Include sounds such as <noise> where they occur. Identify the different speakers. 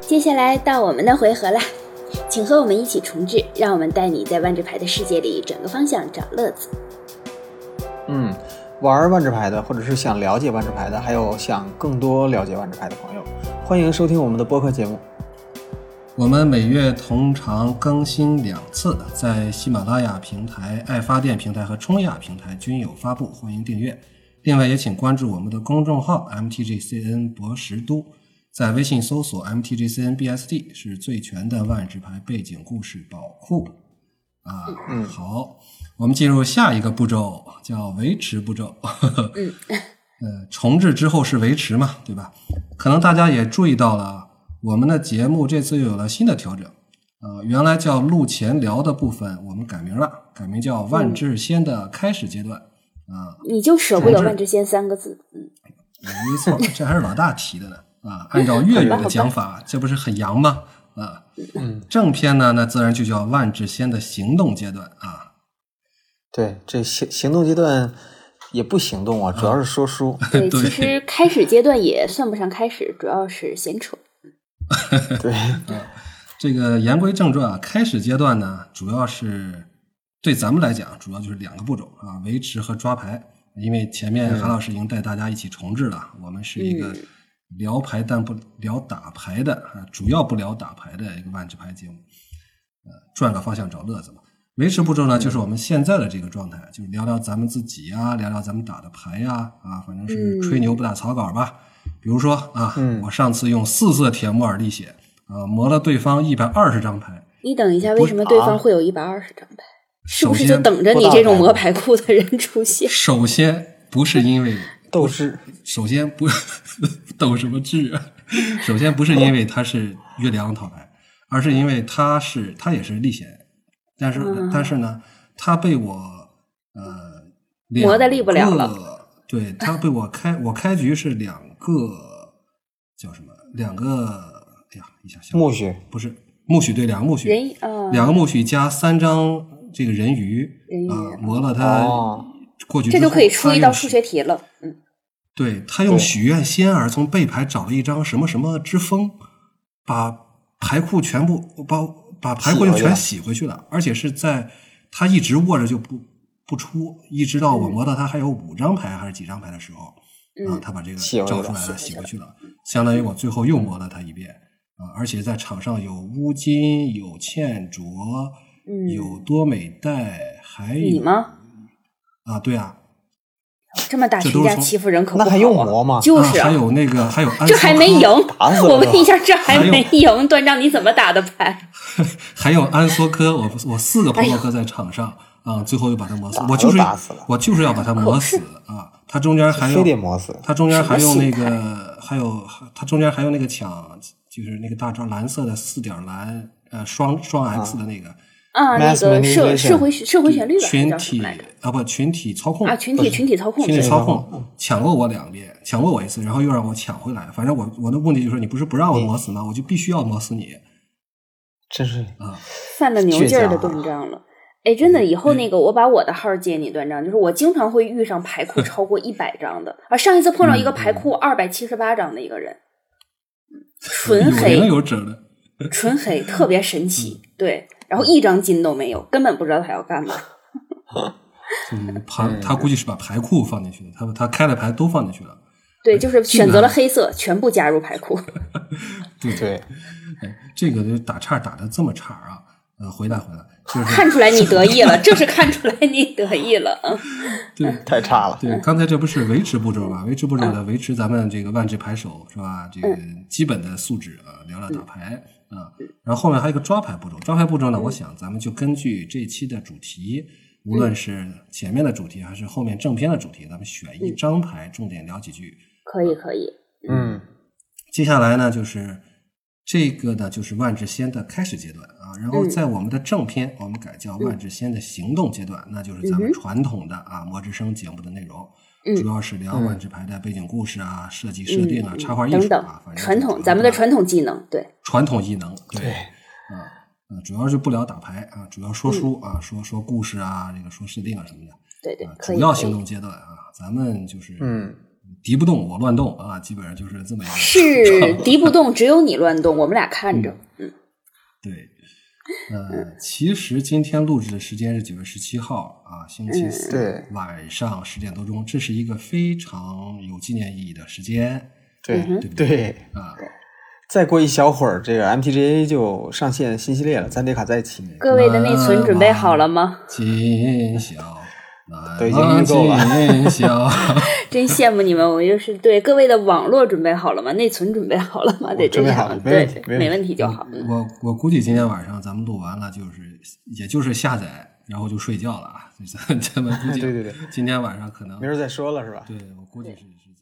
Speaker 1: 接下来到我们的回合了，请和我们一起重置，让我们带你在万智牌的世界里转个方向找乐子。
Speaker 2: 嗯，玩万智牌的，或者是想了解万智牌的，还有想更多了解万智牌的朋友，欢迎收听我们的播客节目。
Speaker 3: 我们每月通常更新两次，在喜马拉雅平台、爱发电平台和冲亚平台均有发布，欢迎订阅。另外，也请关注我们的公众号 MTGCN 博时都，在微信搜索 MTGCNBSD 是最全的万智牌背景故事宝库啊。
Speaker 2: 嗯
Speaker 3: 好，我们进入下一个步骤，叫维持步骤。
Speaker 1: 嗯，
Speaker 3: 呃，重置之后是维持嘛，对吧？可能大家也注意到了啊，我们的节目这次又有了新的调整。呃，原来叫录前聊的部分，我们改名了，改名叫万智仙的开始阶段。啊、
Speaker 1: 你就舍不得
Speaker 3: 重置
Speaker 1: 万智仙三个
Speaker 3: <laughs>
Speaker 1: 字，嗯，
Speaker 3: 没错，这还是老大提的呢。啊，按照粤语的讲法，这不是很洋吗？啊，
Speaker 2: 嗯，
Speaker 3: 正片呢，那自然就叫万智仙的行动阶段啊。
Speaker 2: 对，这行行动阶段也不行动啊，主要是说书。
Speaker 1: 对，
Speaker 3: 对
Speaker 1: 其实开始阶段也算不上开始，主要是闲扯。
Speaker 2: <laughs> 对，
Speaker 3: 这个言归正传啊，开始阶段呢，主要是对咱们来讲，主要就是两个步骤啊，维持和抓牌。因为前面
Speaker 2: 嗯
Speaker 3: 韩老师已经带大家一起重置了，我们是一个
Speaker 1: 嗯
Speaker 3: 聊牌但不聊打牌的啊，主要不聊打牌的一个万智牌节目，呃，转个方向找乐子嘛。维持步骤呢，就是我们现在的这个状态，就是聊聊咱们自己呀，聊聊咱们打的牌呀，啊，反正是吹牛不打草稿吧。比如说啊，
Speaker 2: 嗯
Speaker 3: 我上次用四色铁木耳力写，啊，磨了对方一百二十张牌，
Speaker 1: 你等一下，为什么对方会有一百二十张牌？是不是
Speaker 3: 啊首
Speaker 1: 就
Speaker 3: 先
Speaker 1: 等着你这
Speaker 3: 哎
Speaker 1: 种磨牌库的人出现？
Speaker 3: 首先不是因为，
Speaker 2: 斗士，
Speaker 3: 首先不 <laughs> 抖什么志啊，首先不是因为他是月亮讨牌，而是因为他是他也是历险，但是、
Speaker 1: 嗯
Speaker 3: 但是呢，他被我呃
Speaker 1: 磨得力不了了
Speaker 3: 两个，对他被我开我开局是两个叫什么两个哎呀一下想
Speaker 2: 苜蓿， <laughs>
Speaker 3: 不是苜蓿对两个苜蓿
Speaker 1: 人啊，
Speaker 3: 两个苜蓿加三张这个人鱼
Speaker 1: 人鱼
Speaker 3: 啊、磨了它
Speaker 2: 哦
Speaker 3: 过去之
Speaker 1: 这
Speaker 3: 后，
Speaker 1: 就可以出一
Speaker 3: 它
Speaker 1: 道
Speaker 3: 用
Speaker 1: 数
Speaker 3: 许
Speaker 1: 学。题了。嗯，
Speaker 3: 对他用许愿仙儿从背牌找了一张什么什么之风，把牌库全部把把牌库就全洗回去了，而且是在他一直握着就不不出，一直到我磨到他还有五张牌还是几张牌的时候，啊
Speaker 1: 嗯，
Speaker 3: 他把这个
Speaker 2: 洗回
Speaker 3: 找
Speaker 2: 去了
Speaker 3: 出来了，
Speaker 1: 洗
Speaker 3: 洗
Speaker 1: 回
Speaker 3: 回去了，相当于我最后又磨了他一遍啊！而且在场上有乌金，有倩卓，
Speaker 1: 嗯
Speaker 3: 有多美黛，还有
Speaker 1: 你吗？
Speaker 3: 啊，对啊，
Speaker 1: 这么大
Speaker 3: 这
Speaker 1: 群
Speaker 3: 都是
Speaker 1: 架
Speaker 3: 从
Speaker 1: 欺负人可不
Speaker 2: 那
Speaker 1: 好
Speaker 2: 还用磨
Speaker 1: 啊！
Speaker 2: 吗？
Speaker 1: 就是
Speaker 3: 啊，
Speaker 1: 啊
Speaker 3: 还有那个，还有安
Speaker 1: 这
Speaker 3: 斯
Speaker 1: 还没
Speaker 3: 康
Speaker 1: 赢，
Speaker 2: 打死了
Speaker 1: 我问一下，这还
Speaker 3: 还有
Speaker 1: 没赢，段章你怎么打的牌？
Speaker 3: 还有安索科，我我四个
Speaker 1: 哎
Speaker 3: 朋友哥在场上啊、最后又把他磨死
Speaker 2: 打，
Speaker 3: 我就是
Speaker 2: 都打死了
Speaker 3: 我就是要把他磨死啊！他中间还
Speaker 2: 非得
Speaker 3: 有
Speaker 2: 磨死。
Speaker 3: 他中间还有那
Speaker 1: 什么
Speaker 3: 个还有他中间还有那个抢，就是那个大招蓝色的四点蓝呃双双 X 的那个、
Speaker 1: 啊，那
Speaker 2: Mass
Speaker 1: 个社
Speaker 2: manipulation
Speaker 1: 社会社会旋律吧，那
Speaker 3: 群
Speaker 1: 叫什
Speaker 3: 体
Speaker 1: 么来着？
Speaker 3: 啊不群体操控
Speaker 1: 啊，群体群体操控，
Speaker 3: 群体
Speaker 1: 对
Speaker 3: 操控抢过我两遍，抢过我一次，然后又让我抢回来。反正我我的目的就是你不是不让我磨死吗？我就必须要磨死你。啊
Speaker 2: 真是
Speaker 1: 犯了牛劲儿的
Speaker 2: 倔强啊
Speaker 1: 断章了。哎，真的，以后那个我把我的号借你断章，就是我经常会遇上牌库超过一百张的啊。上一次碰到一
Speaker 3: 嗯
Speaker 1: 个牌库二百七十八张的一个人，纯
Speaker 3: 有零
Speaker 1: 黑，
Speaker 3: 有嗯整的。
Speaker 1: 纯黑，特别神奇。对，然后一张金都没有，根本不知道他要干嘛。
Speaker 3: 嗯，盘他估计是把牌库放进去的，他他开了牌都放进去了。
Speaker 1: 对，就是
Speaker 3: 进来
Speaker 1: 选择了黑色，全部加入牌库。
Speaker 3: 对，
Speaker 2: 对，
Speaker 3: 哎，这个就打岔打的这么差啊！呃，回答回答，就是
Speaker 1: 看出来你得意了，正是看出来你得意了。嗯
Speaker 3: <laughs> 对
Speaker 2: 太差了。
Speaker 3: 对，刚才这不是维持步骤吗？维持步骤呢，维持咱们这个万智牌手是吧？这个基本的素质啊，聊聊打牌啊。然后后面还有一个抓牌步骤，抓牌步骤呢，我想咱们就根据这期的主题，无论是前面的主题还是后面正片的主题，咱们选一张牌，重点聊几句。
Speaker 1: 可以，可以。
Speaker 2: 嗯，
Speaker 3: 接下来呢，就是这个呢，就是万智仙的开始阶段啊。然
Speaker 1: 嗯
Speaker 3: 后在我们的正片，我们改叫万智仙的行动阶段，那就是咱
Speaker 1: 嗯哼
Speaker 3: 们传统的啊《魔之声》节目的内容，
Speaker 1: 嗯
Speaker 3: 主要是聊
Speaker 2: 嗯
Speaker 3: 万智牌的背景故事啊、设计设定啊、
Speaker 1: 嗯，
Speaker 3: 插画艺
Speaker 1: 等
Speaker 3: 术
Speaker 1: 等
Speaker 3: 啊，，反正
Speaker 1: 传
Speaker 3: 就
Speaker 1: 统，
Speaker 3: 是
Speaker 1: 咱们的传统技能，对，
Speaker 3: 传统技能
Speaker 2: 对，
Speaker 3: 啊。啊，主要是不聊打牌啊，主要说书啊，说说故事啊，这个说设定啊什么的。
Speaker 1: 嗯对对
Speaker 3: 啊，
Speaker 1: 可
Speaker 3: 主
Speaker 1: 以。
Speaker 3: 要
Speaker 1: 可以
Speaker 3: 行动阶段啊，咱们就是
Speaker 2: 嗯
Speaker 3: 敌不动我乱动啊，基本上就是这么一个
Speaker 1: 是
Speaker 3: 状况
Speaker 1: 敌不动，只有你乱动，我们俩看着。
Speaker 3: 对，呃，其实今天录制的时间是九月十七号啊，星期四
Speaker 2: 嗯对
Speaker 3: 晚上十点多钟，这是一个非常有纪念意义的时间
Speaker 2: 对、
Speaker 1: 嗯
Speaker 2: 对，
Speaker 3: 啊。
Speaker 2: 再过一小会儿，这个 MTGA 就上线新系列了，咱得卡在一起。
Speaker 1: 各位的内存准备好了吗？ <laughs>
Speaker 3: 今宵难
Speaker 2: 都已经预购了
Speaker 3: 忘今宵， <laughs>
Speaker 1: 真羡慕你们，我就是对各位的网络准备好了吗？内存准备好了吗？得这
Speaker 2: 准备好
Speaker 1: 样
Speaker 2: 了，
Speaker 1: 对
Speaker 2: 没问题，
Speaker 1: 对
Speaker 2: 没问题
Speaker 1: 没问题就好。嗯
Speaker 3: 我我估计今天晚上咱们录完了，就是也就是下载，然后就睡觉了啊。咱咱们估 <laughs>
Speaker 2: <laughs>
Speaker 3: 计，
Speaker 2: 对对对，
Speaker 3: 今天晚上可能
Speaker 2: 明儿再说了是吧？嗯
Speaker 3: 对我估计是是这样。